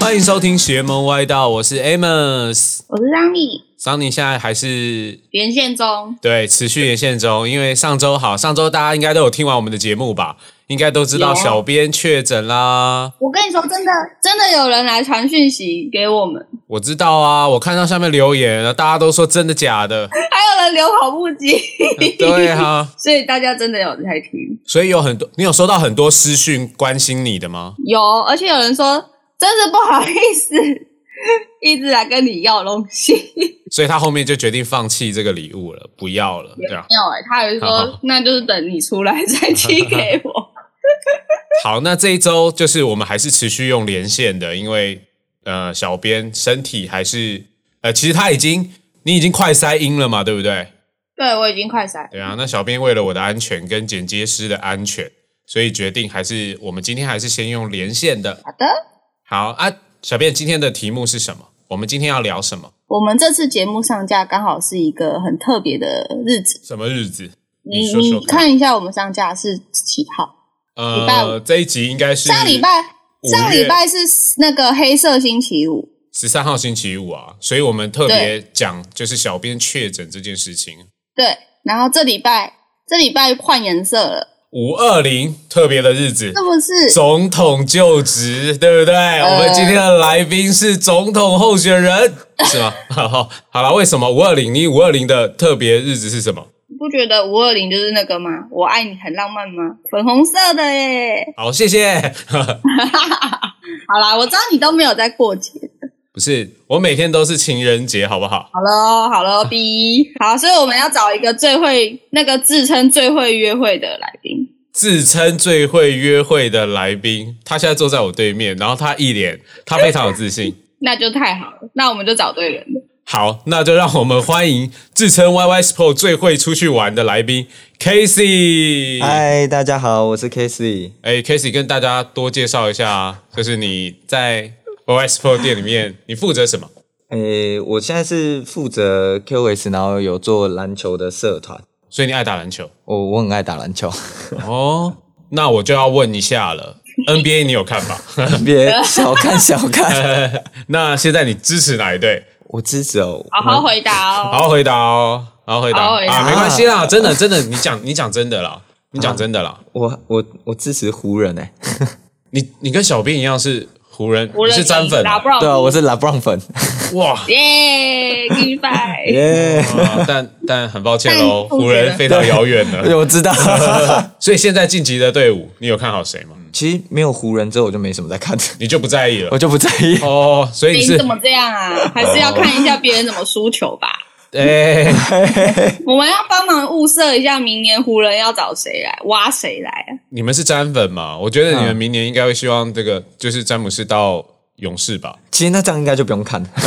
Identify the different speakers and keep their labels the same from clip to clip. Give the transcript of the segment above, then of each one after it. Speaker 1: 欢迎收听邪门歪道，我是 Amos。
Speaker 2: 我是张毅，
Speaker 1: 桑尼现在还是
Speaker 2: 袁宪中，
Speaker 1: 对持续连线中，因为上周好，上周大家应该都有听完我们的节目吧？应该都知道
Speaker 2: 有
Speaker 1: 小编确诊啦。
Speaker 2: 我跟你说，真的真的有人来传讯息给我们，
Speaker 1: 我知道啊，我看到下面留言了，大家都说真的假的？
Speaker 2: 还有人留跑步机，
Speaker 1: 对啊，
Speaker 2: 所以大家真的有在听，
Speaker 1: 所以有很多，你有收到很多私讯关心你的吗？
Speaker 2: 有，而且有人说真是不好意思，一直来跟你要东西，
Speaker 1: 所以他后面就决定放弃这个礼物了，不要了，这样。
Speaker 2: 没有哎、他有说那就是等你出来再 寄给我，
Speaker 1: 好，那这一周就是我们还是持续用连线的，因为呃，小编身体还是呃，其实他已经你已经快塞阴了嘛，对不对？
Speaker 2: 对我已经快塞，
Speaker 1: 对啊，那小编为了我的安全跟剪接师的安全，所以决定还是我们今天还是先用连线的。
Speaker 2: 好的，
Speaker 1: 好啊，小编今天的题目是什么？我们今天要聊什么？
Speaker 2: 我们这次节目上架刚好是一个很特别的日子，
Speaker 1: 什么日子？
Speaker 2: 你
Speaker 1: 你说说
Speaker 2: 你看一下我们上架是几号？礼拜
Speaker 1: 呃，
Speaker 2: 五
Speaker 1: 这一集应该是
Speaker 2: 上礼拜
Speaker 1: 五月
Speaker 2: 上礼拜是那个黑色星期五，
Speaker 1: 十三号星期五啊，所以我们特别讲就是小编确诊这件事情。
Speaker 2: 对，然后这礼拜这礼拜换颜色了，
Speaker 1: 五二零特别的日子
Speaker 2: 是，不是？
Speaker 1: 总统就职，对不对？我们今天的来宾是总统候选人，是吗？好好好了，为什么五二零？你五二零的特别日子是什么？
Speaker 2: 你不觉得五二零就是那个吗？我爱你很浪漫吗？粉红色的耶！
Speaker 1: 好，谢谢。
Speaker 2: 好啦，我知道你都没有在过节。
Speaker 1: 不是，我每天都是情人节，好不好？
Speaker 2: 好喽，好喽，B。好，所以我们要找一个最会那个自称最会约会的来宾。
Speaker 1: 自称最会约会的来宾，他现在坐在我对面，然后他一脸，他非常有自信。
Speaker 2: 那就太好了，那我们就找对人了。
Speaker 1: 好，那就让我们欢迎自称 YY Sport 最会出去玩的来宾 Casey。
Speaker 3: 嗨，大家好，我是 Casey。
Speaker 1: 哎，Casey 跟大家多介绍一下啊，就是你在 OS Pro 店里面，你负责什么？
Speaker 3: 诶、我现在是负责 QS，然后有做篮球的社团。
Speaker 1: 所以你爱打篮球
Speaker 3: 我我很爱打篮球，
Speaker 1: 哦。那我就要问一下了，NBA 你有看吧？
Speaker 3: 别小看小看。
Speaker 1: 那现在你支持哪一队？
Speaker 3: 我支持哦，
Speaker 2: 好好回答
Speaker 1: 好
Speaker 2: 哦。
Speaker 1: 好回答哦，好好回答
Speaker 2: 好好回答
Speaker 1: 啊，没关系啦，真的真的，你讲你讲真的啦，你讲真的啦，
Speaker 3: 我我我支持湖人欸诶、
Speaker 1: 你你跟小编一样是湖人，
Speaker 2: 无
Speaker 1: 你
Speaker 2: 论
Speaker 1: 是詹粉
Speaker 2: 打
Speaker 1: 啊
Speaker 2: 不了。
Speaker 3: 对啊，我是 LeBron 粉。
Speaker 1: 哇。
Speaker 2: 耶，goodbye。
Speaker 3: 耶、
Speaker 1: 啊但但很抱歉 喽，
Speaker 2: 但
Speaker 1: 湖人非常遥远 了。
Speaker 3: 我知道。
Speaker 1: 所以现在晋级的队伍，你有看好谁吗？
Speaker 3: 其实没有湖人之后，我就没什么在看的，
Speaker 1: 你就不在意了
Speaker 3: 我。就不在意。
Speaker 1: 哦，所以你
Speaker 2: 你
Speaker 1: 是
Speaker 2: 怎么这样啊？还是要看一下别人怎么输球吧。
Speaker 1: 哎、
Speaker 2: 我们要帮忙物色一下，明年湖人要找谁来，挖谁来啊？
Speaker 1: 你们是詹粉嘛？我觉得你们明年应该会希望这个就是詹姆斯到勇士吧？
Speaker 3: 其实那这样应该就不用看。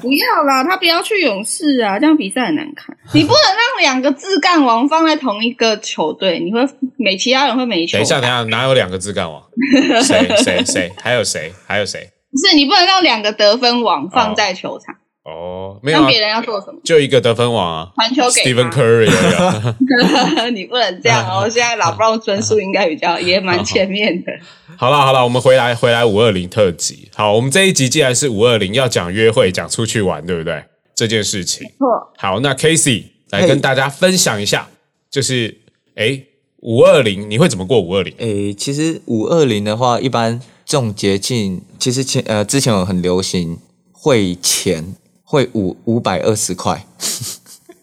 Speaker 2: 不要啦，他不要去勇士啊，这样比赛很难看。你不能让两个自干王放在同一个球队，你会每其他人会没球。
Speaker 1: 等一下，等一下，哪有两个字干 王？谁谁谁？还有谁？还有谁？
Speaker 2: 不是你不能让两个得分王放在球场，
Speaker 1: 哦，没有、
Speaker 2: 让
Speaker 1: 啊，
Speaker 2: 别人要做什么？
Speaker 1: 就一个得分王啊
Speaker 2: 传球给
Speaker 1: ，Stephen
Speaker 2: 他，
Speaker 1: Curry 而已啊
Speaker 2: 你不能这样 哦。现在老布朗分数应该比较也蛮前面 的。
Speaker 1: 好了好了，我们回来回来五二零特辑。好，我们这一集既然是五二零，要讲约会，讲出去玩，对不对？这件事情。
Speaker 2: 错，
Speaker 1: 好，那 Casey 来
Speaker 3: 嘿
Speaker 1: 跟大家分享一下，就是哎，五二零你会怎么过五二零？
Speaker 3: 诶、其实五二零的话，一般这种节庆，其实前呃之前有很流行汇钱，汇五五百二十块。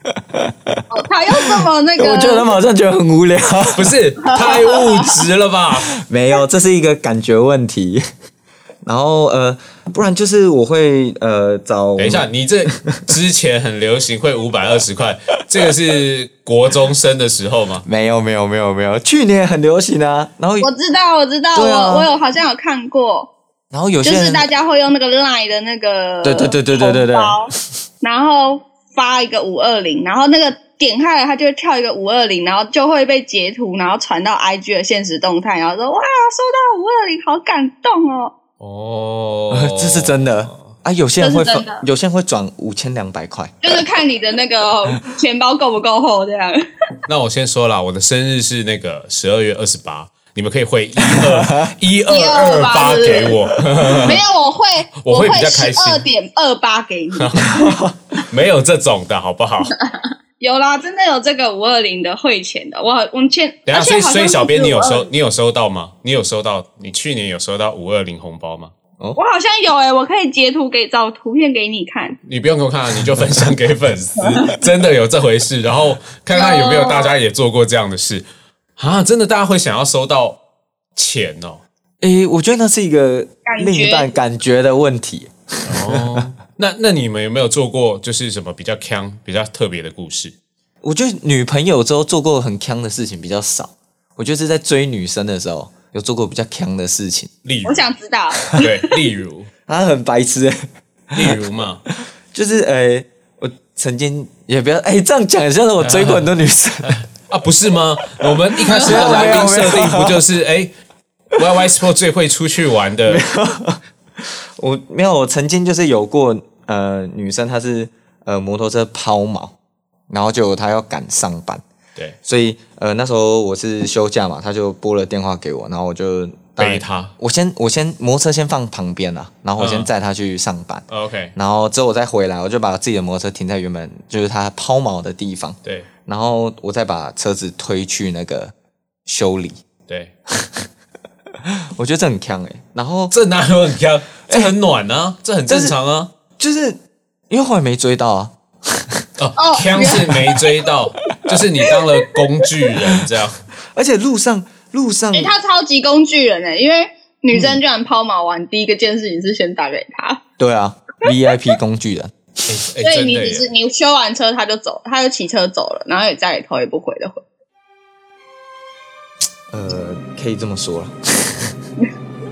Speaker 2: 哦他又这么那 个，
Speaker 3: 我觉得他们好像觉得很无聊。
Speaker 1: 不是太物质了吧？
Speaker 3: 没有，这是一个感觉问题。 然后呃，不然就是我会呃找
Speaker 1: 等一下，你这之前很流行会五百二十块，这个是国中生的时候吗？
Speaker 3: 没有没有没有没有，去年很流行啊。然后
Speaker 2: 我知道，我知道，
Speaker 3: 对啊
Speaker 2: 我我有好像有看过，
Speaker 3: 然后有
Speaker 2: 就
Speaker 3: 些
Speaker 2: 是
Speaker 3: 人
Speaker 2: 大家会用那个 LINE 的那个
Speaker 3: 对对对对对对对
Speaker 2: 红包然后发一个五二零，然后那个点开了，它就会跳一个五二零，然后就会被截图，然后传到 IG 的现实动态，然后说哇，收到五二零，好感动哦。
Speaker 1: 哦
Speaker 3: 呃 这是真的啊，有些人会
Speaker 2: 这是真
Speaker 3: 分
Speaker 2: 的，
Speaker 3: 有些人会转五千两百块。
Speaker 2: 就是看你的 那个钱包够不够厚，这样
Speaker 1: 那我先说啦，我的生日是那个十二月二十八，你们可以汇一二一二二八
Speaker 2: 1228
Speaker 1: 给我。
Speaker 2: 没有，我会
Speaker 1: 我会
Speaker 2: 会
Speaker 1: 比较开
Speaker 2: 十
Speaker 1: 心
Speaker 2: 二点二八 给你。
Speaker 1: 没有这种的好不好？
Speaker 2: 有啦，真的有这个五二零的汇钱的，我我们欠。
Speaker 1: 等一下，
Speaker 2: 而且
Speaker 1: 所以
Speaker 2: 好像
Speaker 1: 所以
Speaker 2: 不
Speaker 1: 小
Speaker 2: 是
Speaker 1: 编你有
Speaker 2: 520
Speaker 1: 收你有收到吗？你有收到？你去年有收到五二零红包吗？
Speaker 2: 我好像有哎、我可以截图给找图片给你看。
Speaker 1: 你不用给我看啊，你就分享给粉丝，真的有这回事。然后看看有没有大家也做过这样的事啊？真的，大家会想要收到钱哦。
Speaker 3: 诶，我觉得那是一个
Speaker 2: 感觉
Speaker 3: 另一半感觉的问题。
Speaker 1: 哦， 那那你们有没有做过就是什么比较强、比较特别的故事？
Speaker 3: 我觉得女朋友之后做过很坑的事情比较少，我觉得是在追女生的时候有做过比较坑的事情。
Speaker 1: 例如
Speaker 2: 我，想知道，
Speaker 1: 对， 例如，
Speaker 3: 他很白痴、
Speaker 1: 例如嘛，
Speaker 3: 就是诶，我曾经也不要诶，这样讲，像是我追过很多女 生，
Speaker 1: 啊，不是吗？我们一开始的来宾设定不就是哎，Y Y Sport 最会出去玩的
Speaker 3: 我没有，我曾经就是有过呃女生，她是呃摩托车抛锚，然后就她要赶上班，
Speaker 1: 对
Speaker 3: 所以呃那时候我是休假嘛，她就拨了电话给我，然后我就当然
Speaker 1: 背他。
Speaker 3: 我先我先摩托车先放旁边啦，然后我先
Speaker 1: 嗯
Speaker 3: 载她去上班，
Speaker 1: 哦 OK，
Speaker 3: 然后之后我再回来，我就把自己的摩托车停在原本就是她抛锚的地方，
Speaker 1: 对
Speaker 3: 然后我再把车子推去那个修理，
Speaker 1: 对，
Speaker 3: 我觉得这很强诶、欸然后
Speaker 1: 这哪有很强？这很暖啊，这很正常啊。
Speaker 3: 就是因为后来没追到啊，
Speaker 1: 哦
Speaker 2: 哦，
Speaker 1: 枪是没追到，就是你当了工具人这样。
Speaker 3: 而且路上路上
Speaker 2: 哎、他超级工具人哎、因为女
Speaker 1: 嗯
Speaker 2: 生居然抛锚完，第一个件事情是先打给他，
Speaker 3: 对啊，VIP 工具啊人，
Speaker 1: 哎、
Speaker 2: 所
Speaker 1: 哎
Speaker 2: 以
Speaker 1: 真
Speaker 2: 你
Speaker 1: 的
Speaker 2: 只是
Speaker 1: 耶，
Speaker 2: 你修完车他就走，他就骑车走了，然后也再也头也不回的回。
Speaker 3: 呃，可以这么说了。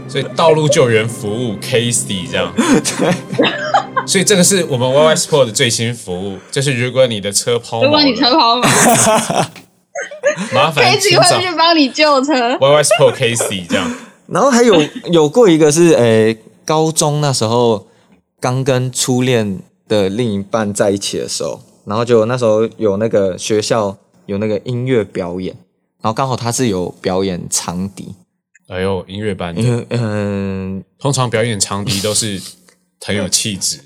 Speaker 1: 所以道路救援服务 Casey 这样。所以这个是我们 YY Sport 的最新服务，就是如果你的车抛
Speaker 2: 如果你
Speaker 1: 锚
Speaker 2: 车
Speaker 1: 了，
Speaker 2: 抛锚
Speaker 1: 麻 烦
Speaker 2: ，K
Speaker 1: 请
Speaker 2: 子
Speaker 1: 找
Speaker 2: 会去帮你救车。
Speaker 1: YY Sport Casey 这样。
Speaker 3: 然后还有 有过一个是，诶、高中那时候刚跟初恋的另一半在一起的时候，然后就那时候有那个学校有那个音乐表演，然后刚好他是有表演长笛，
Speaker 1: 哎呦，音乐班的
Speaker 3: 因为嗯
Speaker 1: 通常表演长笛都是很有气质，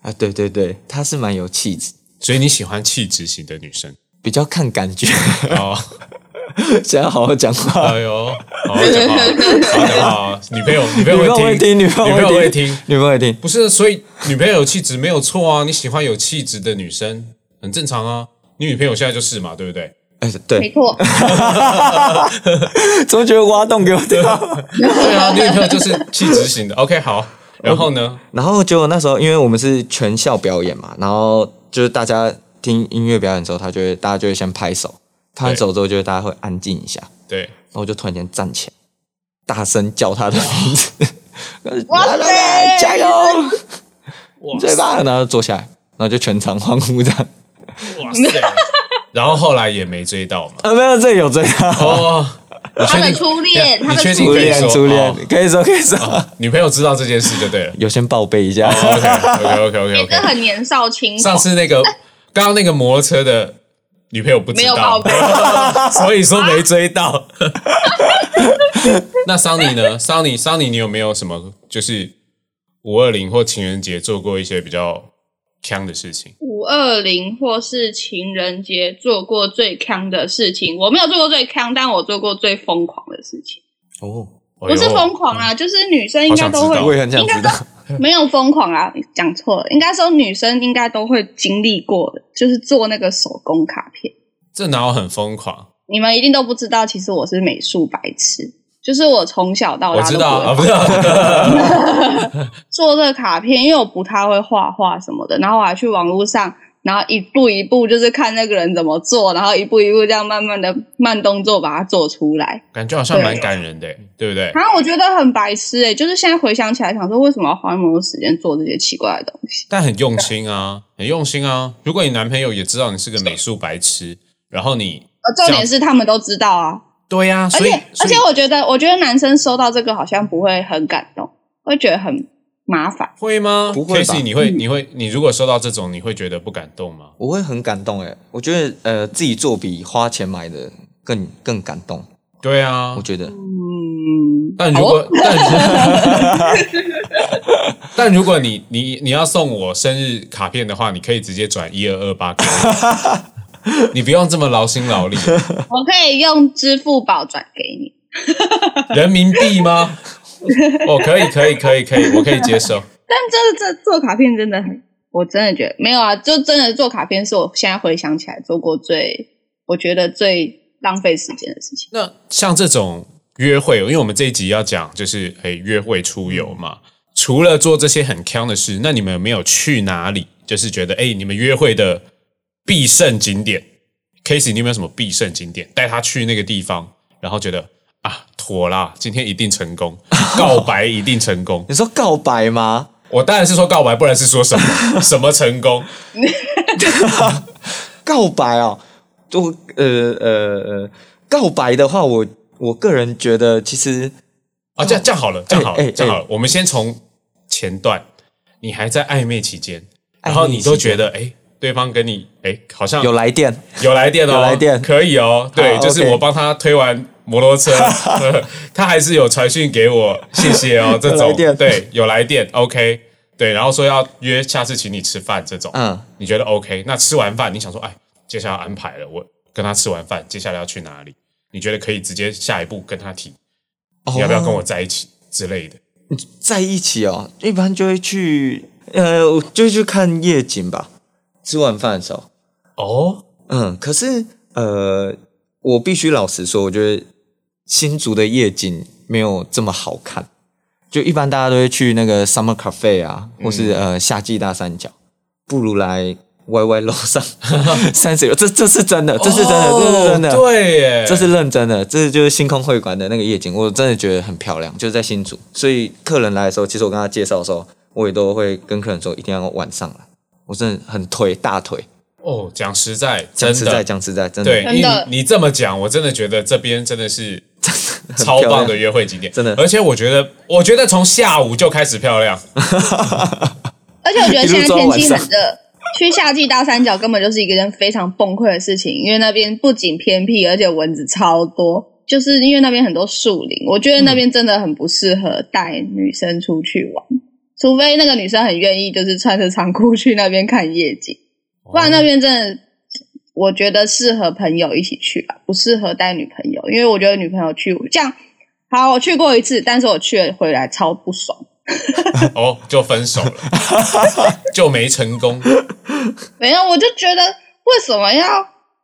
Speaker 3: 啊，对对对，他是蛮有气质，
Speaker 1: 所以你喜欢气质型的女生
Speaker 3: 比较看感觉，
Speaker 1: 哦。
Speaker 3: 想要好好讲话。
Speaker 1: 哎呦，好好讲话，好好讲话哦，女朋友女朋友会听，
Speaker 3: 女
Speaker 1: 女
Speaker 3: 朋友
Speaker 1: 朋友
Speaker 3: 会
Speaker 1: 会
Speaker 3: 听，
Speaker 1: 听。
Speaker 3: 女朋友会听。
Speaker 1: 不是，所以女朋友有气质没有错啊，你喜欢有气质的女生很正常啊。你女朋友现在就是嘛，对不对？
Speaker 3: 哎，
Speaker 2: 没
Speaker 3: 对，
Speaker 2: 错，
Speaker 3: 怎么觉得挖洞给我跳？
Speaker 1: 对啊，你女朋友就是气质型的。OK，好，然后呢？
Speaker 3: 然后结果那时候，因为我们是全校表演嘛，然后就是大家听音乐表演的时候，他就会大家就会先拍手，拍完手之后，就会大家会安静一下，
Speaker 1: 对，
Speaker 3: 然后我就突然间站起来，大声叫他的名字，
Speaker 2: 哇塞
Speaker 3: 来来来，加油，
Speaker 1: 哇
Speaker 3: 对吧？然后坐下来，然后就全场欢呼这样。
Speaker 1: 哇塞！ 然后后来也没追到嘛。
Speaker 3: 啊，没有，这里有这样，
Speaker 1: 哦，我
Speaker 2: 他
Speaker 1: 确
Speaker 2: 的
Speaker 1: 定
Speaker 2: 初恋，
Speaker 1: 你
Speaker 2: 他的
Speaker 1: 确定
Speaker 2: 初
Speaker 3: 初
Speaker 2: 恋，
Speaker 3: 恋，
Speaker 1: 说
Speaker 3: 初
Speaker 1: 哦
Speaker 3: 恋，可以说，可以说，
Speaker 1: 女朋友知道这件事就对了。
Speaker 3: 有先报备一
Speaker 2: 哦
Speaker 3: 下。
Speaker 1: OK，OK，OK，OK，OK。
Speaker 2: 这很年少轻狂
Speaker 1: 上。次那 个，刚刚那个摩托车的女朋友不知
Speaker 2: 没有
Speaker 1: 道
Speaker 2: 报，啊 备
Speaker 1: 所以说没追到。 那桑尼呢？桑尼，桑尼，你有没有什么就是五二零或情人节做过一些比较呛的事情？
Speaker 2: 五二零或是情人节做过最坑的事情，我没有做过最坑，但我做过最疯狂的事情，
Speaker 3: 哦，
Speaker 2: 不是
Speaker 1: 哎哎呦
Speaker 2: 疯狂啊，就是女生应该都
Speaker 1: 好想知道
Speaker 3: 我
Speaker 2: 会，
Speaker 3: 也很想知道。
Speaker 2: 没有疯狂啊，讲错了，应该说女生应该都会经历过的，就是做那个手工卡片。
Speaker 1: 这哪有很疯狂？
Speaker 2: 你们一定都不知道，其实我是美术白痴，就是我从小到
Speaker 1: 我
Speaker 2: 大
Speaker 1: 知
Speaker 2: 都
Speaker 1: 道
Speaker 2: 不
Speaker 1: 啊，
Speaker 2: 会
Speaker 1: 不是
Speaker 2: 做这个卡片，因为我不太会画画什么的，然后我还去网络上，然后一步一步就是看那个人怎么做，然后一步一步这样慢慢的慢动作把它做出来。
Speaker 1: 感觉好像蛮感人的，对不对？
Speaker 2: 然后我觉得很白痴诶、就是现在回想起来，想说为什么要花那么多时间做这些奇怪的东西？
Speaker 1: 但很用心啊，很用心啊。如果你男朋友也知道你是个美术白痴，然后你
Speaker 2: 呃，重点是他们都知道啊，
Speaker 1: 对呀、
Speaker 2: 而
Speaker 1: 所以
Speaker 2: 且
Speaker 1: 所
Speaker 2: 而
Speaker 1: 以
Speaker 2: 且我觉得，我觉得男生收到这个好像不会很感动，会觉得很麻烦。
Speaker 1: 会吗？
Speaker 3: 不会吧
Speaker 1: Casey，你会你会你如果收到这种，你会觉得不感动吗？
Speaker 3: 我会很感动哎，我觉得呃自己做比花钱买的更更感动，
Speaker 1: 对啊
Speaker 3: 我，觉得
Speaker 1: 嗯但如果、但 但如果你你你要送我生日卡片的话，你可以直接转一二二八给我，你不用这么劳心劳力。
Speaker 2: 我可以用支付宝转给你。
Speaker 1: 人民币吗？哦，可以可以可以可以，我可以接受。
Speaker 2: 但真的这做卡片真的很，我真的觉得没有啊，就真的做卡片是我现在回想起来做过最，我觉得最浪费时间的事情。
Speaker 1: 那像这种约会，因为我们这一集要讲就是诶约会出游嘛，除了做这些很坑的事，那你们有没有去哪里？就是觉得诶你们约会的必胜景点，Casey，你有没有什么必胜景点？带他去那个地方，然后觉得啊妥啦，今天一定成功，告白一定成 功。
Speaker 3: 你说告白吗？
Speaker 1: 我当然是说告白，不然是说什么什么成功？
Speaker 3: 告白哦，就呃呃呃，告白的话，我我个人觉得其实
Speaker 1: 啊，这样这样好了，这样好了，
Speaker 3: 哎哎
Speaker 1: 这样好了。我们先从前段，你还在暧昧期间，
Speaker 3: 暧昧
Speaker 1: 然后你都觉得哎、对方跟你哎、好像
Speaker 3: 有来电，
Speaker 1: 有来电哦，
Speaker 3: 有来电
Speaker 1: 可以哦。对，
Speaker 3: 好
Speaker 1: 就是
Speaker 3: ，OK
Speaker 1: 我帮他推完摩托车， 呃他还是有传讯给我，谢谢 哦。这
Speaker 3: 有
Speaker 1: 种
Speaker 3: 来电
Speaker 1: 对有来电，OK，对，然后说要约下次请你吃饭这种，
Speaker 3: 嗯
Speaker 1: 你觉得 OK？那吃完饭你想说，哎，接下来要安排了，我跟他吃完饭，接下来要去哪里？你觉得可以直接下一步跟他提，
Speaker 3: 哦
Speaker 1: 你要不要跟我在一起之类的？
Speaker 3: 在一起哦？一般就会去呃，我就会去看夜景吧，吃完饭的时候。
Speaker 1: 哦，
Speaker 3: 嗯，可是呃，我必须老实说，我觉得新竹的夜景没有这么好看。就一般大家都会去那个 Summer Cafe 啊，
Speaker 1: 嗯
Speaker 3: 或是、呃夏季大三角，不如来 YY 楼上三十六，这这是真的，这是真的，这是真的，
Speaker 1: 哦对耶，
Speaker 3: 这是认真的，这就是星空会馆的那个夜景，我真的觉得很漂亮，就是在新竹。所以客人来的时候，其实我跟他介绍的时候，我也都会跟客人说一定要晚上来，我真的很推大推，
Speaker 1: 哦，讲实在，
Speaker 3: 讲
Speaker 1: 真
Speaker 3: 实在
Speaker 1: 的。
Speaker 3: 讲实在，真的
Speaker 1: 对
Speaker 2: 真的
Speaker 1: 你，你这么讲，我真的觉得这边真的 是
Speaker 3: 很
Speaker 1: 超
Speaker 3: 漂
Speaker 1: 棒
Speaker 3: 亮
Speaker 1: 的约会景点，
Speaker 3: 真的
Speaker 1: 而且我觉得，我觉得从下午就开始漂亮，
Speaker 2: 而且我觉得现在天
Speaker 3: 一路
Speaker 2: 气
Speaker 3: 做到晚上
Speaker 2: 很热，去夏季大三角根本就是一个人非常崩溃的事情，因为那边不仅偏僻，而且蚊子超多。就是因为那边很多树林，我觉得
Speaker 3: 嗯
Speaker 2: 那边真的很不适合带女生出去玩，除非那个女生很愿意，就是穿着长裤去那边看夜景，不然那边真的，我觉得适合朋友一起去吧，不适合带女朋友，因为我觉得女朋友去这样，好，我去过一次，但是我去了回来超不爽。
Speaker 1: 哦，就分手 了，就没成功。
Speaker 2: 没有，我就觉得为什么要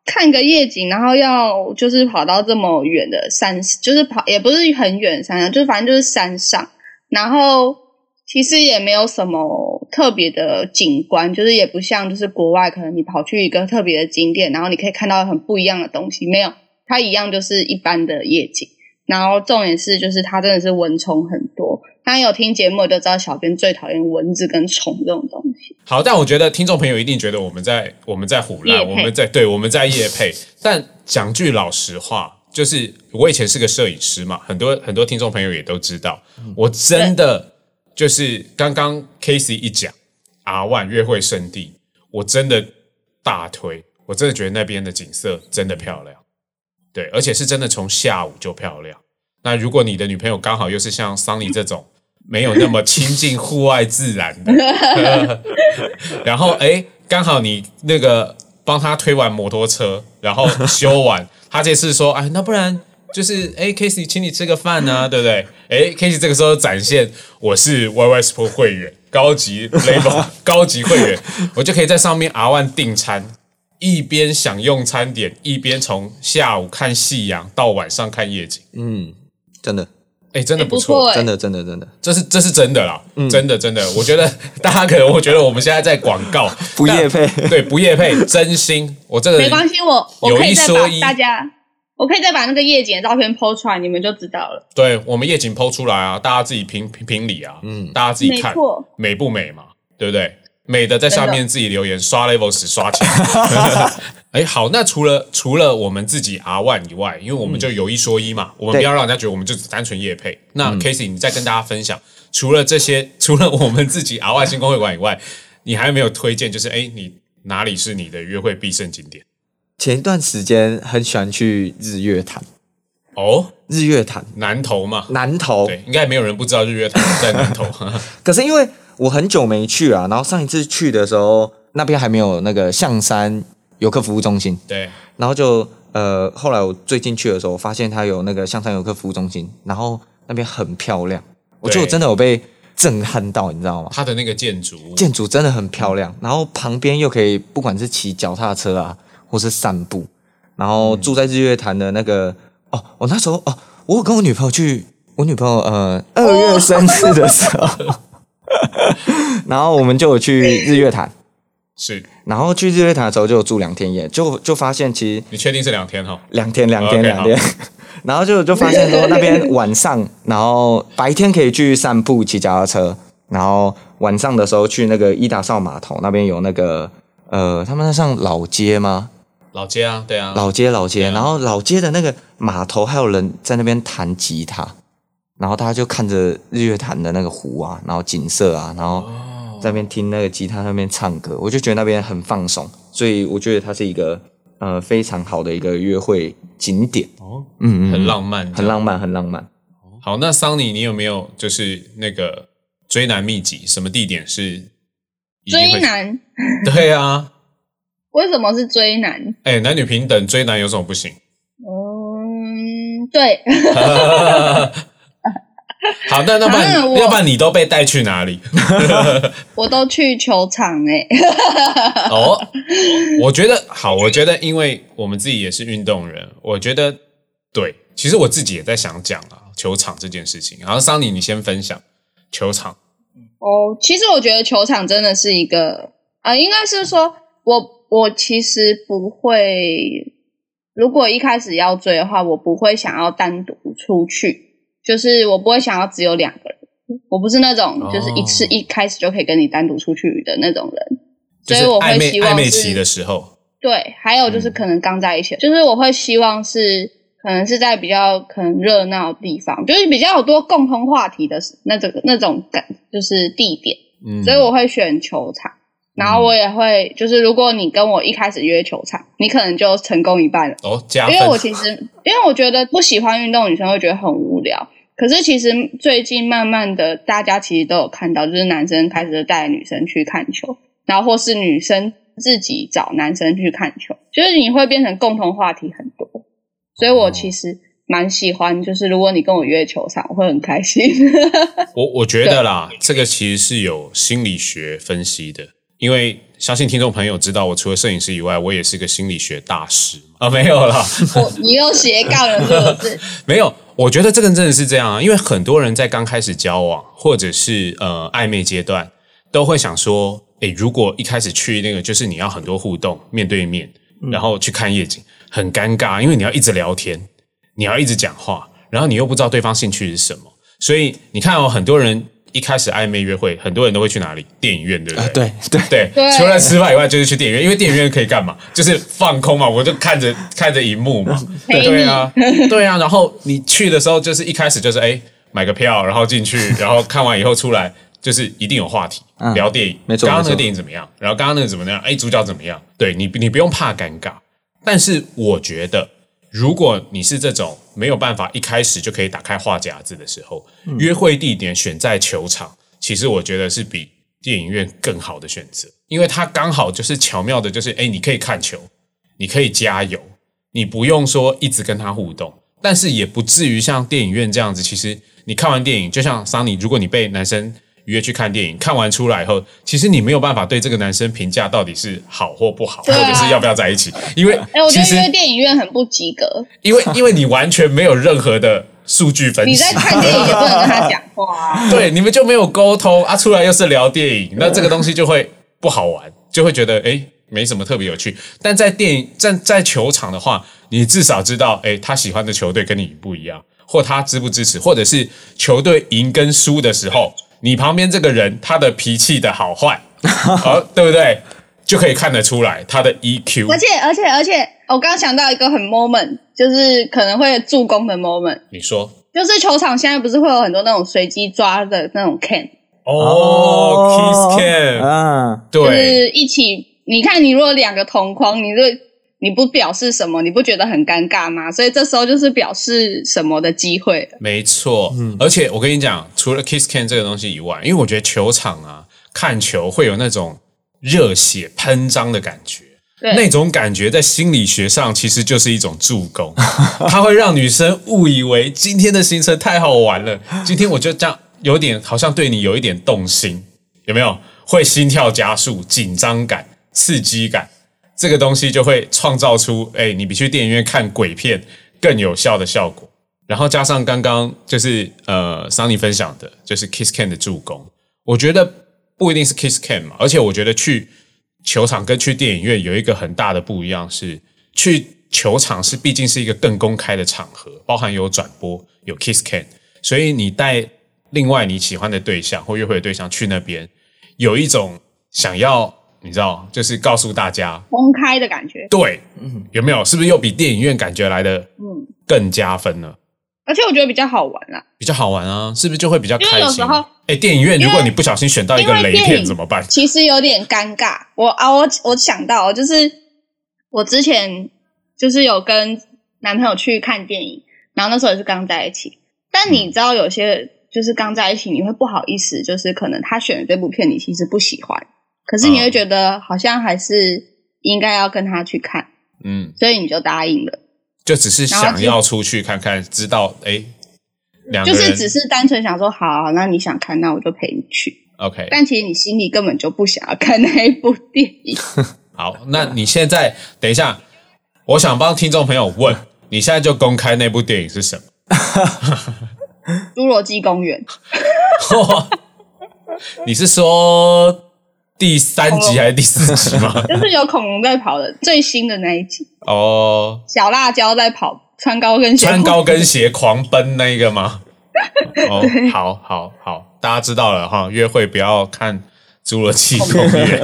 Speaker 2: 看个夜景，然后要就是跑到这么远的山，就是跑也不是很远的山上，就是反正就是山上，然后其实也没有什么特别的景观，就是也不像就是国外，可能你跑去一个特别的景点，然后你可以看到很不一样的东西，没有，它一样就是一般的夜景。然后重点是，就是它真的是蚊虫很多。大家有听节目的都知道，小编最讨厌蚊子跟虫这种东西。
Speaker 1: 好，但我觉得听众朋友一定觉得我们在我们在胡
Speaker 2: 业
Speaker 1: 乱，
Speaker 2: 配
Speaker 1: 我们在对我们在夜配。但讲句老实话，就是我以前是个摄影师嘛，很多很多听众朋友也都知道，我真的就是刚刚 Casey 一讲 R One 约会圣地，我真的大推，我真的觉得那边的景色真的漂亮，对，而且是真的从下午就漂亮。那如果你的女朋友刚好又是像桑尼这种没有那么亲近户外自然的，然后哎，诶刚好你那个帮他推完摩托车，然后修完，他这次说，哎，那不然就是哎，Casey 请你吃个饭呢、对不对？哎，Casey 这个时候展现我是 YY Sport 会员，高级 level 高级会员，我就可以在上面 R One 订餐。一边享用餐点，一边从下午看夕阳到晚上看夜景，
Speaker 3: 嗯，真的，
Speaker 1: 哎，真的
Speaker 2: 诶不
Speaker 1: 错，
Speaker 2: 错对
Speaker 3: 真的，真的，真的
Speaker 1: 这是这是真的啦，
Speaker 3: 嗯
Speaker 1: 真的真的，我觉得大家可能会觉得我们现在在广告，
Speaker 3: 不业 配
Speaker 1: 但对不业配，真心，我这个
Speaker 2: 没关系，我我
Speaker 1: 有
Speaker 2: 可以
Speaker 1: 一
Speaker 2: 再
Speaker 1: 说
Speaker 2: 把
Speaker 1: 一
Speaker 2: 大家，我可以再把那个夜景的照片 PO 出来，你们就知道了。
Speaker 1: 对我们夜景剖出来啊，大家自己评评评理啊，嗯，大家自己
Speaker 2: 没
Speaker 1: 看
Speaker 2: 错
Speaker 1: 美不美嘛，对不对？美的在下面自己留言，刷 level 十刷钱。哎，好，那除了除了我们自己 R one 以外，因为我们就有一说一嘛，我们
Speaker 3: 对
Speaker 1: 不要让人家觉得我们就只单纯夜配。那 Casey，你再跟大家分享，除了这些， 除了我们自己 R one 星空会馆以外，你还有没有推荐？就是哎，你哪里是你的约会必胜景点？
Speaker 3: 前一段时间很喜欢去日月潭，
Speaker 1: 哦，
Speaker 3: 日月潭
Speaker 1: 南投嘛，
Speaker 3: 南投。
Speaker 1: 对，应该也没有人不知道日月潭在南投。
Speaker 3: 可是因为我很久没去啊，然后上一次去的时候，那边还没有那个象山游客服务中心，
Speaker 1: 对，
Speaker 3: 然后就呃，后来我最近去的时候，我发现它有那个象山游客服务中心，然后那边很漂亮，我觉得我真的有被震撼到，你知道吗？
Speaker 1: 它的那个建筑物，
Speaker 3: 建筑真的很漂亮，然后旁边又可以不管是骑脚踏车啊，或是散步，然后住在日月潭的那个、哦，我那时候哦，我有跟我女朋友去，我女朋友呃二月生日的时候， 然后我们就有去日月潭，
Speaker 1: 是
Speaker 3: 然后去日月潭的时候就有住两天夜，就就发现其实
Speaker 1: 你确定是两天哈？
Speaker 3: 两天两天
Speaker 1: OK，
Speaker 3: 两天。 然后就就发现说那边晚上，然后白天可以去散步、骑脚踏车，然后晚上的时候去那个伊达邵码头那边有那个呃，他们那上老街吗？
Speaker 1: 老街啊，对啊，
Speaker 3: 老街老街，
Speaker 1: 对啊
Speaker 3: 然后老街的那个码头还有人在那边弹吉他，然后大家就看着日月潭的那个湖啊，然后景色啊，然后
Speaker 1: 哦
Speaker 3: 在那边听那个吉他那边唱歌，我就觉得那边很放松，所以我觉得它是一个呃非常好的一个约会景点。
Speaker 1: 哦，
Speaker 3: 嗯嗯，
Speaker 1: 很浪漫，
Speaker 3: 很浪漫，很浪漫。
Speaker 1: 好，那桑尼，你有没有就是那个追男秘籍？什么地点是一定
Speaker 2: 追
Speaker 1: 会？
Speaker 2: 男
Speaker 1: 对啊，
Speaker 2: 为什么是追男？
Speaker 1: 哎、男女平等，追男有什么不行？
Speaker 2: 嗯，对，
Speaker 1: 好，那要不然、
Speaker 2: 啊我
Speaker 1: 要不然你都被带去哪里？
Speaker 2: 我都去球场哎、
Speaker 1: 哦，我觉得好，我觉得因为我们自己也是运动人，我觉得对，其实我自己也在想讲啊，球场这件事情。然后桑尼，你先分享球场，
Speaker 2: 哦，其实我觉得球场真的是一个啊、呃应该是说我我其实不会，如果一开始要追的话，我不会想要单独出去，就是我不会想要只有两个人。我不是那种
Speaker 1: 哦
Speaker 2: 就是一次一开始就可以跟你单独出去的那种人，
Speaker 1: 就是
Speaker 2: 所以我
Speaker 1: 暧
Speaker 2: 会
Speaker 1: 昧
Speaker 2: 希望
Speaker 1: 暧昧
Speaker 2: 是
Speaker 1: 期的时候，
Speaker 2: 对，还有就是
Speaker 3: 嗯
Speaker 2: 可能刚在一起，就是我会希望是可能是在比较可能热闹的地方，就是比较有多共同话题的那种那种感，就是地点，
Speaker 1: 嗯，
Speaker 2: 所以我会选球场。然后我也会，就是如果你跟我一开始约球场，你可能就成功一半了。
Speaker 1: 哦加
Speaker 2: 因
Speaker 1: 分，
Speaker 2: 为我其实，因为我觉得不喜欢运动的女生会觉得很无聊。可是其实最近慢慢的，大家其实都有看到，就是男生开始带女生去看球，然后或是女生自己找男生去看球，就是你会变成共同话题很多。所以我
Speaker 1: 哦
Speaker 2: 其实蛮喜欢，就是如果你跟我约球场，我会很开心。
Speaker 1: 我我觉得啦，这个其实是有心理学分析的，因为相信听众朋友知道，我除了摄影师以外，我也是个心理学大师啊，没有啦，
Speaker 2: 我你又斜杠了，是不是？
Speaker 1: 没有。我觉得这个真的是这样啊，因为很多人在刚开始交往或者是呃暧昧阶段，都会想说，诶，如果一开始去那个，就是你要很多互动，面对面，然后去看夜景，很尴尬，因为你要一直聊天，你要一直讲话，然后你又不知道对方兴趣是什么，所以你看哦，很多人一开始暧昧约会，很多人都会去哪里？电影院，对不呃对？
Speaker 3: 对对，
Speaker 1: 对，
Speaker 2: 对
Speaker 1: 除了吃饭以外，就是去电影院，因为电影院可以干 嘛？就是放空嘛，我就看着看着荧幕嘛。
Speaker 2: 陪 你
Speaker 1: 对啊， 对啊。然后你去的时候，就是一开始就是哎买个票，然后进去，然后看完以后出来，就是一定有话题、
Speaker 3: 嗯
Speaker 1: 聊电影。
Speaker 3: 没错
Speaker 1: 刚刚那
Speaker 3: 没
Speaker 1: 个
Speaker 3: 错
Speaker 1: 电影怎么样？然后刚刚那个怎么样？哎，主角怎么样？对你，你不用怕尴尬。但是我觉得，如果你是这种没有办法一开始就可以打开话匣子的时候，
Speaker 3: 嗯
Speaker 1: 约会地点选在球场，其实我觉得是比电影院更好的选择，因为它刚好就是巧妙的，就是哎，你可以看球，你可以加油，你不用说一直跟他互动，但是也不至于像电影院这样子。其实你看完电影，就像桑尼，如果你被男生约去看电影，看完出来以后，其实你没有办法对这个男生评价到底是好或不好，
Speaker 2: 对啊
Speaker 1: 或者是要不要在一起，因为
Speaker 2: 哎、我觉
Speaker 1: 其
Speaker 2: 得
Speaker 1: 实
Speaker 2: 约电影院很不及格。
Speaker 1: 因为因为你完全没有任何的数据分析，
Speaker 2: 你在看电影也不能跟他讲话、 啊。
Speaker 1: 对，你们就没有沟通啊，出来又是聊电影，那这个东西就会不好玩，就会觉得诶没什么特别有趣。但在电影在在球场的话，你至少知道诶他喜欢的球队跟你不一样，或他支不支持，或者是球队赢跟输的时候，你旁边这个人他的脾气的好坏，好、对不对？就可以看得出来他的 EQ。
Speaker 2: 而且而且而且，我刚刚想到一个很 moment，就是可能会助攻的 moment，
Speaker 1: 你说
Speaker 2: 就是球场现在不是会有很多那种随机抓的那种 can，
Speaker 1: 哦哦，kiss cam，
Speaker 3: 啊，
Speaker 2: 就
Speaker 1: 对，
Speaker 2: 是一起。你看，你如果两个同框，你就你不表示什么，你不觉得很尴尬吗？所以这时候就是表示什么的机会。
Speaker 1: 没错，而且我跟你讲，除了 kiss can 这个东西以外，因为我觉得球场啊，看球会有那种热血喷张的感觉。
Speaker 2: 对
Speaker 1: 那种感觉在心理学上其实就是一种助攻， 它会让女生误以为今天的行程太好玩了，今天我就这样有点好像对你有一点动心，有没有？会心跳加速、紧张感、刺激感，这个东西就会创造出，哎，你比去电影院看鬼片更有效的效果。然后加上刚刚就是呃桑尼分享的，就是 Kiss Can 的助攻，我觉得不一定是 Kiss Can 嘛，而且我觉得去球场跟去电影院有一个很大的不一样是，去球场是毕竟是一个更公开的场合，包含有转播、有 Kiss Can，所以你带另外你喜欢的对象或约会的对象去那边，有一种想要你知道，就是告诉大家，
Speaker 2: 公开的感觉。
Speaker 1: 对，
Speaker 3: 嗯
Speaker 1: 有没有？是不是又比电影院感觉来的
Speaker 2: 嗯，
Speaker 1: 更加分呢？
Speaker 2: 而且我觉得比较好玩啦，
Speaker 1: 比较好玩啊，是不是就会比较
Speaker 2: 因为
Speaker 1: 开
Speaker 2: 有
Speaker 1: 心
Speaker 2: 时候？
Speaker 1: 哎，电影院
Speaker 2: 因为
Speaker 1: 如果你不小心选到一个
Speaker 2: 因为
Speaker 1: 雷
Speaker 2: 电
Speaker 1: 片
Speaker 2: 影
Speaker 1: 怎么办？
Speaker 2: 其实有点尴尬。我啊，我我想到就是我之前就是有跟男朋友去看电影，然后那时候也是刚在一起。但
Speaker 1: 嗯
Speaker 2: 你知道有些就是刚在一起，你会不好意思，就是可能他选的这部片你其实不喜欢，可是你会
Speaker 1: 嗯
Speaker 2: 觉得好像还是应该要跟他去看，
Speaker 1: 嗯，
Speaker 2: 所以你就答应了。
Speaker 1: 就只是
Speaker 2: 然后
Speaker 1: 想
Speaker 2: 就
Speaker 1: 要出去看看，知道哎，两个
Speaker 2: 就
Speaker 1: 人
Speaker 2: 是只是单纯想说，好、啊，那你想看，那我就陪你去。
Speaker 1: OK。
Speaker 2: 但其实你心里根本就不想要看那一部电影。
Speaker 1: 好，那你现在等一下，我想帮听众朋友问，你现在就公开那部电影是什么？
Speaker 2: 《侏罗纪公园》
Speaker 1: 你是说第三
Speaker 2: 哦
Speaker 1: 集还是第四集吗？
Speaker 2: 就是有恐龙在跑的最新的那一集，
Speaker 1: 哦，
Speaker 2: 小辣椒在跑，穿高跟 鞋，
Speaker 1: 穿高跟鞋狂奔那个吗？哦，好好好，大家知道了哈，约会不要看《侏罗纪公园》，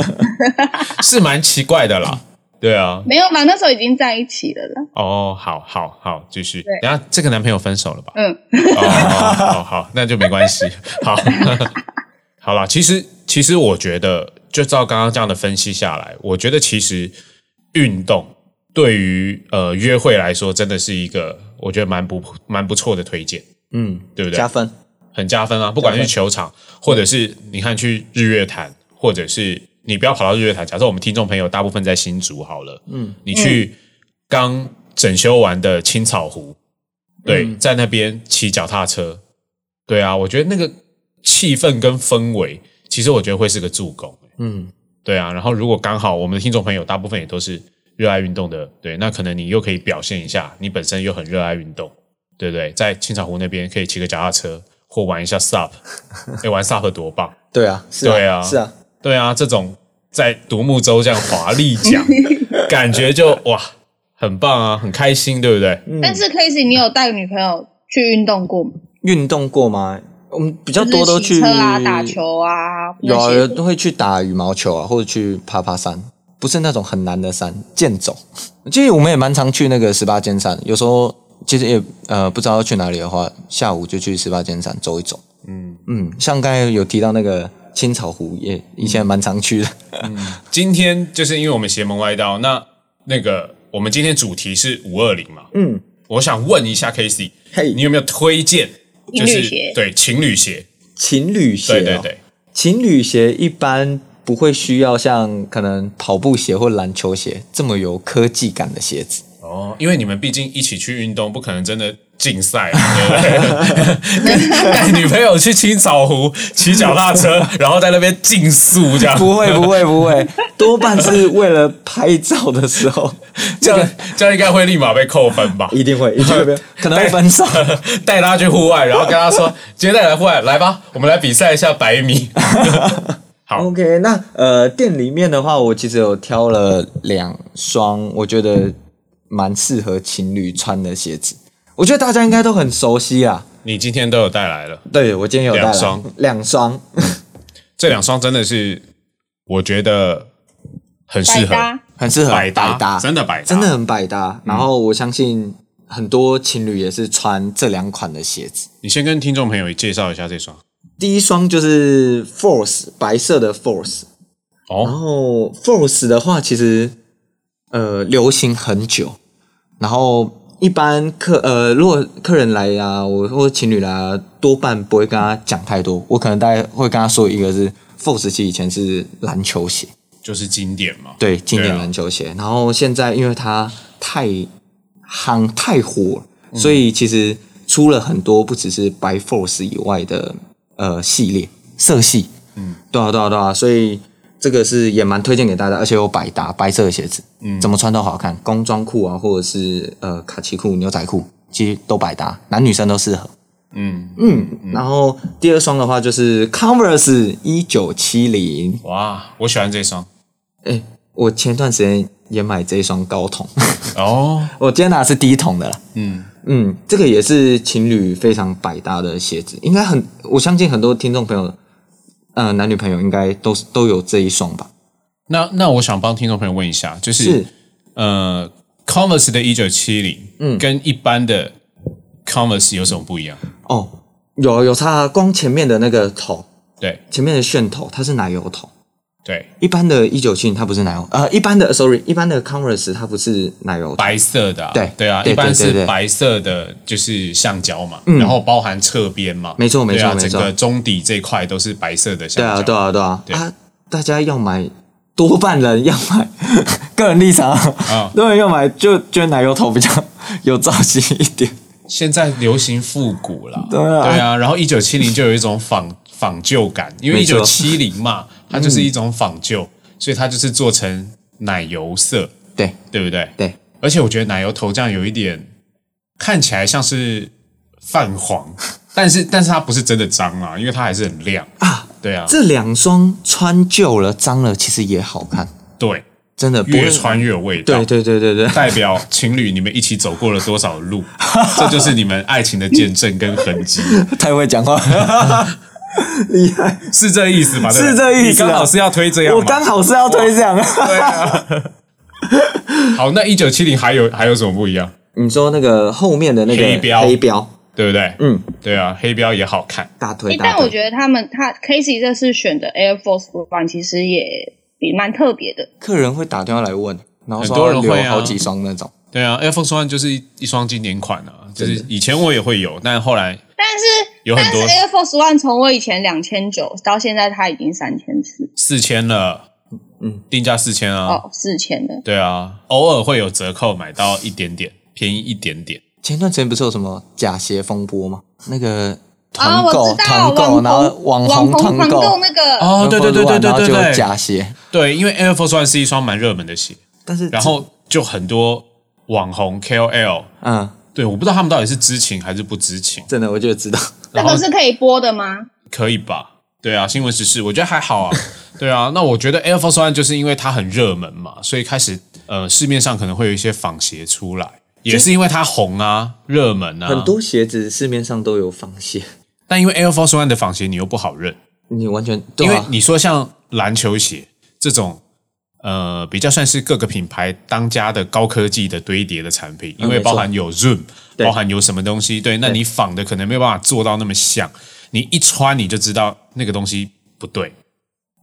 Speaker 1: 是蛮奇怪的啦。对啊，
Speaker 2: 没有吧？那时候已经在一起了啦。
Speaker 1: 哦，好好好，继续。
Speaker 2: 对
Speaker 1: 等一下这个男朋友分手了吧？
Speaker 2: 嗯，
Speaker 1: 哦，好好好，那就没关系。好， 好啦，其实其实我觉得，就照刚刚这样的分析下来，我觉得其实运动对于呃约会来说，真的是一个我觉得蛮不蛮不错的推荐，
Speaker 3: 嗯，
Speaker 1: 对不对
Speaker 3: 加分，
Speaker 1: 很加分啊！不管是球场，或者是你看去日月潭，或者是你不要跑到日月潭。假设我们听众朋友大部分在新竹好了，
Speaker 3: 嗯，
Speaker 1: 你去刚整修完的青草湖，对，
Speaker 3: 嗯
Speaker 1: 在那边骑脚踏车，对啊，我觉得那个气氛跟氛围，其实我觉得会是个助攻，
Speaker 3: 嗯，
Speaker 1: 对啊。然后如果刚好我们的听众朋友大部分也都是热爱运动的，对，那可能你又可以表现一下，你本身又很热爱运动，对不对？在青草湖那边可以骑个脚踏车或玩一下 SUP，哎，玩 SUP 多棒！
Speaker 3: 对啊，是啊，
Speaker 1: 对啊
Speaker 3: 是啊，
Speaker 1: 对啊，这种在独木舟这样华丽桨，感觉就哇，很棒啊，很开心，对不对？
Speaker 2: 但是 k a s e y 你有带女朋友去运动过吗？
Speaker 3: 运动过吗？我们比较
Speaker 2: 就
Speaker 3: 多都
Speaker 2: 是骑
Speaker 3: 去
Speaker 2: 车啊、打，球啊
Speaker 3: 有啊，
Speaker 2: 那
Speaker 3: 有
Speaker 2: 些。
Speaker 3: 会去打羽毛球啊，或者去爬爬山，不是那种很难的山，健走。其实我们也蛮常去那个十八尖山，有时候其实也呃不知道要去哪里的话，下午就去十八尖山走一走。
Speaker 1: 嗯，
Speaker 3: 嗯，像刚才有提到那个青草湖，也以前蛮常去的。
Speaker 1: 今天就是因为我们邪门歪道，那那个我们今天主题是五二零嘛，
Speaker 3: 嗯，
Speaker 1: 我想问一下 K C，
Speaker 3: 嘿
Speaker 1: 你有没有推荐？就
Speaker 2: 情侣
Speaker 1: 是
Speaker 2: 鞋
Speaker 1: 对情侣鞋，
Speaker 3: 情侣鞋、哦，
Speaker 1: 对对对，
Speaker 3: 情侣鞋一般不会需要像可能跑步鞋或篮球鞋这么有科技感的鞋子。
Speaker 1: 哦，因为你们毕竟一起去运动，不可能真的竞赛 啊，对不对？跟带女朋友去青草湖骑脚踏 车，然后在那边竞速这样，
Speaker 3: 不会不会不会，多半是为了拍照的时候，
Speaker 1: 这样这样应该会立马被扣分吧？
Speaker 3: 一定会一定会被可能会分 手。
Speaker 1: 带他去户外，然后跟他说：“今天带你来户外，来吧，我们来比赛一下百米。 好
Speaker 3: OK，那呃店里面的话，我其实有挑了两双，我觉得蛮适合情侣穿的鞋子。我觉得大家应该都很熟悉啊。”
Speaker 1: 你今天都有带来了，
Speaker 3: 对，我今天有带来
Speaker 1: 两双
Speaker 3: 两双，
Speaker 1: 这两双真的是我觉得很适
Speaker 2: 百
Speaker 1: 合
Speaker 2: 搭，
Speaker 3: 很适合
Speaker 1: 百搭，
Speaker 3: 百搭
Speaker 1: 真的百搭，嗯
Speaker 3: 真的很百搭。然后我相信很多情侣也是穿这两款的鞋子。
Speaker 1: 你先跟听众朋友介绍一下这双
Speaker 3: 第一双就是 Force 白色的 Force，然
Speaker 1: 哦，
Speaker 3: 后 Force 的话，其实呃流行很久，然后一般客呃如果客人来啊，我或者情侣来啊，多半不会跟他讲太多，我可能大概会跟他说一个是 f o r 时期以前是篮球鞋，
Speaker 1: 就是经典嘛。
Speaker 3: 对，经典
Speaker 1: 对啊
Speaker 3: 篮球鞋。然后现在因为它太夯太火了，所以其实出了很多不只是白 Force 以外的呃系列色系。嗯，对啊，对啊，对啊，所以这个是也蛮推荐给大家，而且有百搭白色的鞋子，嗯，怎么穿都好看，工装裤啊，或者是呃卡其裤、牛仔裤，其实都百搭，男女生都适合。
Speaker 1: 嗯，
Speaker 3: 嗯，然后第二双的话就是 Converse 一九七零，
Speaker 1: 哇，我喜欢这双。
Speaker 3: 哎，我前段时间也买这一双高筒，
Speaker 1: 哦，
Speaker 3: 我今天拿的是低筒的啦。
Speaker 1: 嗯，
Speaker 3: 嗯，这个也是情侣非常百搭的鞋子，应该很，我相信很多听众朋友，呃，男女朋友应该都是都有这一双吧？
Speaker 1: 那那我想帮听众朋友问一下，就是
Speaker 3: 是
Speaker 1: 呃，Converse 的一九七零，嗯，跟一般的 Converse 有什么不一样？
Speaker 3: 哦，有有差，光前面的那个头，
Speaker 1: 对
Speaker 3: 前面的楦头，它是奶油头，
Speaker 1: 对，
Speaker 3: 一般的1970它不是奶油，呃，一般的，sorry，一般的 Converse 它不是奶油头，
Speaker 1: 白色的、啊，
Speaker 3: 对
Speaker 1: 对啊，
Speaker 3: 对
Speaker 1: 一般
Speaker 3: 对对
Speaker 1: 是
Speaker 3: 对
Speaker 1: 白色的，就是橡胶嘛，然后包含侧边嘛，
Speaker 3: 没错没错
Speaker 1: 对啊
Speaker 3: 没错
Speaker 1: 整个中底这块都是白色的橡
Speaker 3: 对
Speaker 1: 胶，
Speaker 3: 啊，对啊，对啊，
Speaker 1: 对
Speaker 3: 啊，大家要买，多半人要买， 个人立场啊，
Speaker 1: 哦
Speaker 3: 多人要买就觉得奶油头比较有造型一点，
Speaker 1: 现在流行复古啦，
Speaker 3: 对啊
Speaker 1: 然后一九七零就有一种仿仿旧感，因为一
Speaker 3: 没
Speaker 1: 九
Speaker 3: 错嗯
Speaker 1: 七零嘛，它就是一种仿旧，所以它就是做成奶油色，
Speaker 3: 对
Speaker 1: 对不对？
Speaker 3: 对，
Speaker 1: 而且我觉得奶油头这样有一点看起来像是泛黄， 但是但是它不是真的脏啊，因为它还是很亮
Speaker 3: 啊。
Speaker 1: 对啊，
Speaker 3: 这两双穿旧了、脏了，其实也好看，
Speaker 1: 对，
Speaker 3: 真的不
Speaker 1: 越
Speaker 3: 会
Speaker 1: 穿。越有味道。
Speaker 3: 对对对对对，
Speaker 1: 代表情侣，你们一起走过了多少路？ 这就是你们爱情的见证跟痕 迹，
Speaker 3: 太会讲话，厉害！
Speaker 1: 是这意思吗？对不对
Speaker 3: 是这意思啊
Speaker 1: 你刚好是要推 这样吗，
Speaker 3: 我刚好是要推 这样。
Speaker 1: 对啊。好，那一九七零还有还有什么不一样？
Speaker 3: 你说那个后面的那个
Speaker 1: 黑标
Speaker 3: 黑标，
Speaker 1: 对不对？
Speaker 3: 嗯，
Speaker 1: 对啊，黑标也好看。
Speaker 3: 大
Speaker 2: 诶
Speaker 3: 腿大
Speaker 2: 但我
Speaker 3: 腿，
Speaker 2: 觉得他们他 Casey 这次选的 Air Force One 其实也比蛮特别的，
Speaker 3: 客人会打电话来问，然后
Speaker 1: 很
Speaker 3: 说
Speaker 1: 多
Speaker 3: 要
Speaker 1: 人
Speaker 3: 留
Speaker 1: 会啊
Speaker 3: 好几双那种。
Speaker 1: 对啊，Air Force One 就是一一双经典款啊，就是
Speaker 3: 真的
Speaker 1: 以前我也会有，但后来
Speaker 2: 但是
Speaker 1: 有很
Speaker 2: 但是
Speaker 1: 多
Speaker 2: Air Force One 从我以前两千九到现在它已经三千四
Speaker 1: 四千了，嗯
Speaker 3: 嗯，
Speaker 1: 定价四千啊，
Speaker 2: 哦四千了，
Speaker 1: 对啊，偶尔会有折扣买到一点点，便宜一点点。
Speaker 3: 前段时间不是有什么假鞋风波吗？那个
Speaker 2: 啊
Speaker 3: 团
Speaker 2: 我
Speaker 3: 购、
Speaker 2: 知道
Speaker 3: 团购，然后网
Speaker 2: 网
Speaker 3: 团
Speaker 2: 团
Speaker 3: 购
Speaker 2: 购，那个
Speaker 1: 哦，对对对对对
Speaker 3: 然后
Speaker 1: 对
Speaker 3: 就有
Speaker 1: 对，
Speaker 3: 假鞋，
Speaker 1: 对，因为 Air Force One 是一双蛮热门的鞋，
Speaker 3: 但是
Speaker 1: 然后就很多网红 KOL，
Speaker 3: 嗯，
Speaker 1: 对，我不知道他们到底是知情还是不知情，
Speaker 3: 真的我就知道，
Speaker 2: 那
Speaker 1: 然后
Speaker 2: 个是可以播的 吗？
Speaker 1: 可以吧？对啊，新闻时事我觉得还好啊。 对啊，那我觉得 Air Force One 就是因为它很热门嘛，所以开始呃市面上可能会有一些仿鞋出来，也是因为它红啊、热门啊。
Speaker 3: 很，多鞋子市面上都有仿 鞋，
Speaker 1: 但因为 Air Force One 的仿鞋你又不好认，
Speaker 3: 你完全对
Speaker 1: 因为
Speaker 3: 啊
Speaker 1: 你说像篮球鞋这种呃比较算是各个品牌当家的高科技的堆叠的产品，因为
Speaker 3: 啊没错
Speaker 1: 包含有 Zoom，
Speaker 3: 对
Speaker 1: 包含有什么东西，对，那你仿的可能没有办法做到那么像，你一穿你就知道那个东西不对。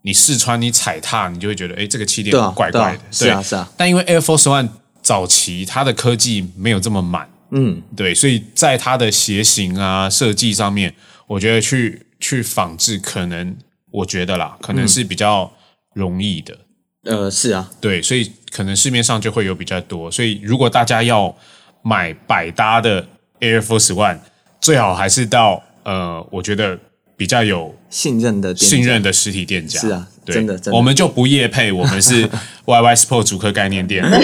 Speaker 1: 你试穿，你踩踏，你就会觉得，哎，这个气垫
Speaker 3: 对啊
Speaker 1: 怪怪的。
Speaker 3: 对啊是啊是啊。
Speaker 1: 但因为 Air Force One 早期它的科技没有这么满，
Speaker 3: 嗯，
Speaker 1: 对，所以在它的鞋型啊设计上面，我觉得去去仿制，可能我觉得啦，可能是比较容易的。
Speaker 3: 呃，是啊，
Speaker 1: 对，所以可能市面上就会有比较多。所以如果大家要买百搭的 Air Force One，最好还是到呃，我觉得比较有
Speaker 3: 信任的店家
Speaker 1: 信任的实体店家。
Speaker 3: 是啊
Speaker 1: 对
Speaker 3: 真的真的
Speaker 1: 我们就不业配，我们 是 YY Sport 主客概念店，对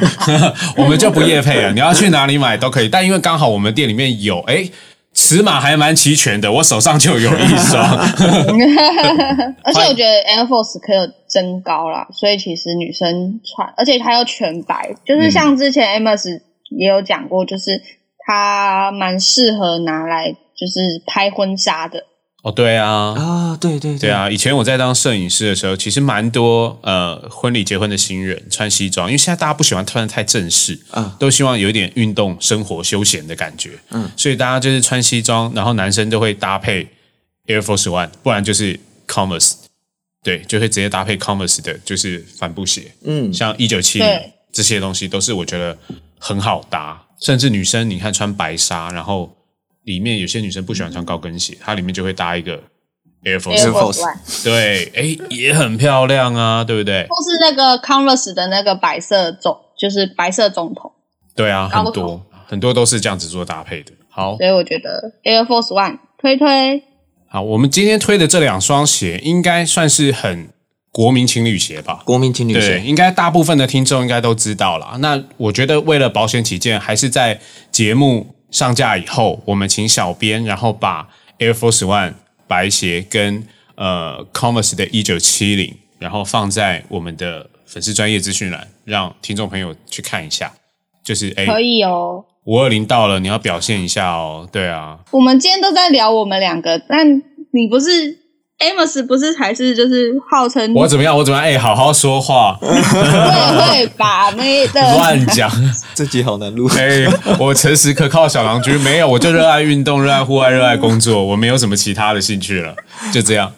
Speaker 1: 我们就不业配啊了。你要去哪里买都可以，但因为刚好我们店里面有，哎，尺码还蛮齐全的，我手上就有一 双。
Speaker 2: 而且我觉得 Air Force 可有增高啦，所以其实女生穿，而且它又全白，
Speaker 1: 嗯
Speaker 2: 就是像之前 Amos 也有讲过，就是它蛮适合拿来就是拍婚纱的。
Speaker 1: 哦，对啊，
Speaker 3: 啊，对对
Speaker 1: 对，啊，以前我在当摄影师的时候，其实蛮多呃婚礼结婚的新人穿西装，因为现在大家不喜欢穿的太正式，
Speaker 3: 嗯
Speaker 1: 都希望有一点运动、生活、休闲的感觉，嗯，所以大家就是穿西装，然后男生都会搭配 Air Force One，不然就是 Converse，对，就会直接搭配 Converse 的，就是帆布鞋，
Speaker 3: 嗯，
Speaker 1: 像一九七零
Speaker 2: 对
Speaker 1: 这些东西都是我觉得很好搭。甚至女生，你看穿白纱，然后里面有些女生不喜欢穿高跟鞋，它里面就会搭一个 Air 哦 Force，
Speaker 3: Air
Speaker 1: One
Speaker 3: Force
Speaker 1: 对，哎，也很漂亮啊，对不对？
Speaker 2: 或是那个 Converse 的那个白色总，就是白色总统，
Speaker 1: 对啊，
Speaker 2: 高
Speaker 1: 很多很多都是这样子做搭配的。好
Speaker 2: 所以我觉得 Air Force One 推推
Speaker 1: 好，我们今天推的这两双鞋，应该算是很国民情侣鞋吧？
Speaker 3: 国民情侣
Speaker 1: 对，
Speaker 3: 鞋，
Speaker 1: 应该大部分的听众应该都知道啦。那我觉得为了保险起见，还是在节目上架以后，我们请小编，然后把 Air Force One 白鞋跟呃 Converse 的一九七零，然后放在我们的粉丝专业资讯栏，让听众朋友去看一下。就是哎，
Speaker 2: 可以哦。
Speaker 1: 五二零到了，你要表现一下哦。对啊，
Speaker 2: 我们今天都在聊我们两个，但你不是 Amos 不是才是就是号称
Speaker 1: 我怎么样？我怎么样？哎、好好说话，
Speaker 2: 嗯会会把妹的
Speaker 1: 乱 讲。
Speaker 3: 这集 好难录。
Speaker 1: 哎、我诚实可靠小郎君，没有，我就热爱运动，热爱户外，热爱工作，我没有什么其他的兴趣了，就这样，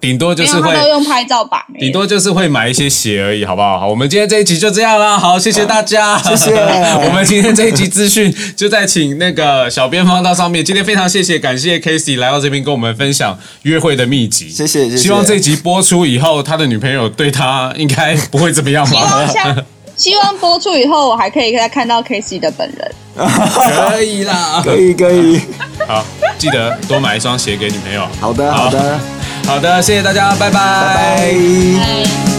Speaker 1: 顶多就
Speaker 2: 没
Speaker 1: 是
Speaker 2: 有，他都
Speaker 1: 会，
Speaker 2: 用拍照把妹，
Speaker 1: 顶多就是会买一些鞋而已，好不好？好，我们今天这一集就这样啦，好，谢谢大家，谢
Speaker 3: 谢
Speaker 1: 我们今天这一集资讯就在请那个小编放到上面，今天非常谢谢，感谢 k a s e y 来到这边跟我们分享约会的秘籍，
Speaker 3: 谢谢谢谢
Speaker 1: 希望这一集播出以后，他的女朋友对他应该不会怎么样
Speaker 2: 希望
Speaker 1: 吧？
Speaker 2: 像希望播出以后，我还可以再看到 K C 的本人。
Speaker 1: 可以啦，
Speaker 3: 可以可以，
Speaker 1: 好，记得多买一双鞋给女朋友。
Speaker 3: 好的好的，
Speaker 1: 好的，谢谢大家，拜拜
Speaker 3: 拜拜。
Speaker 2: 拜。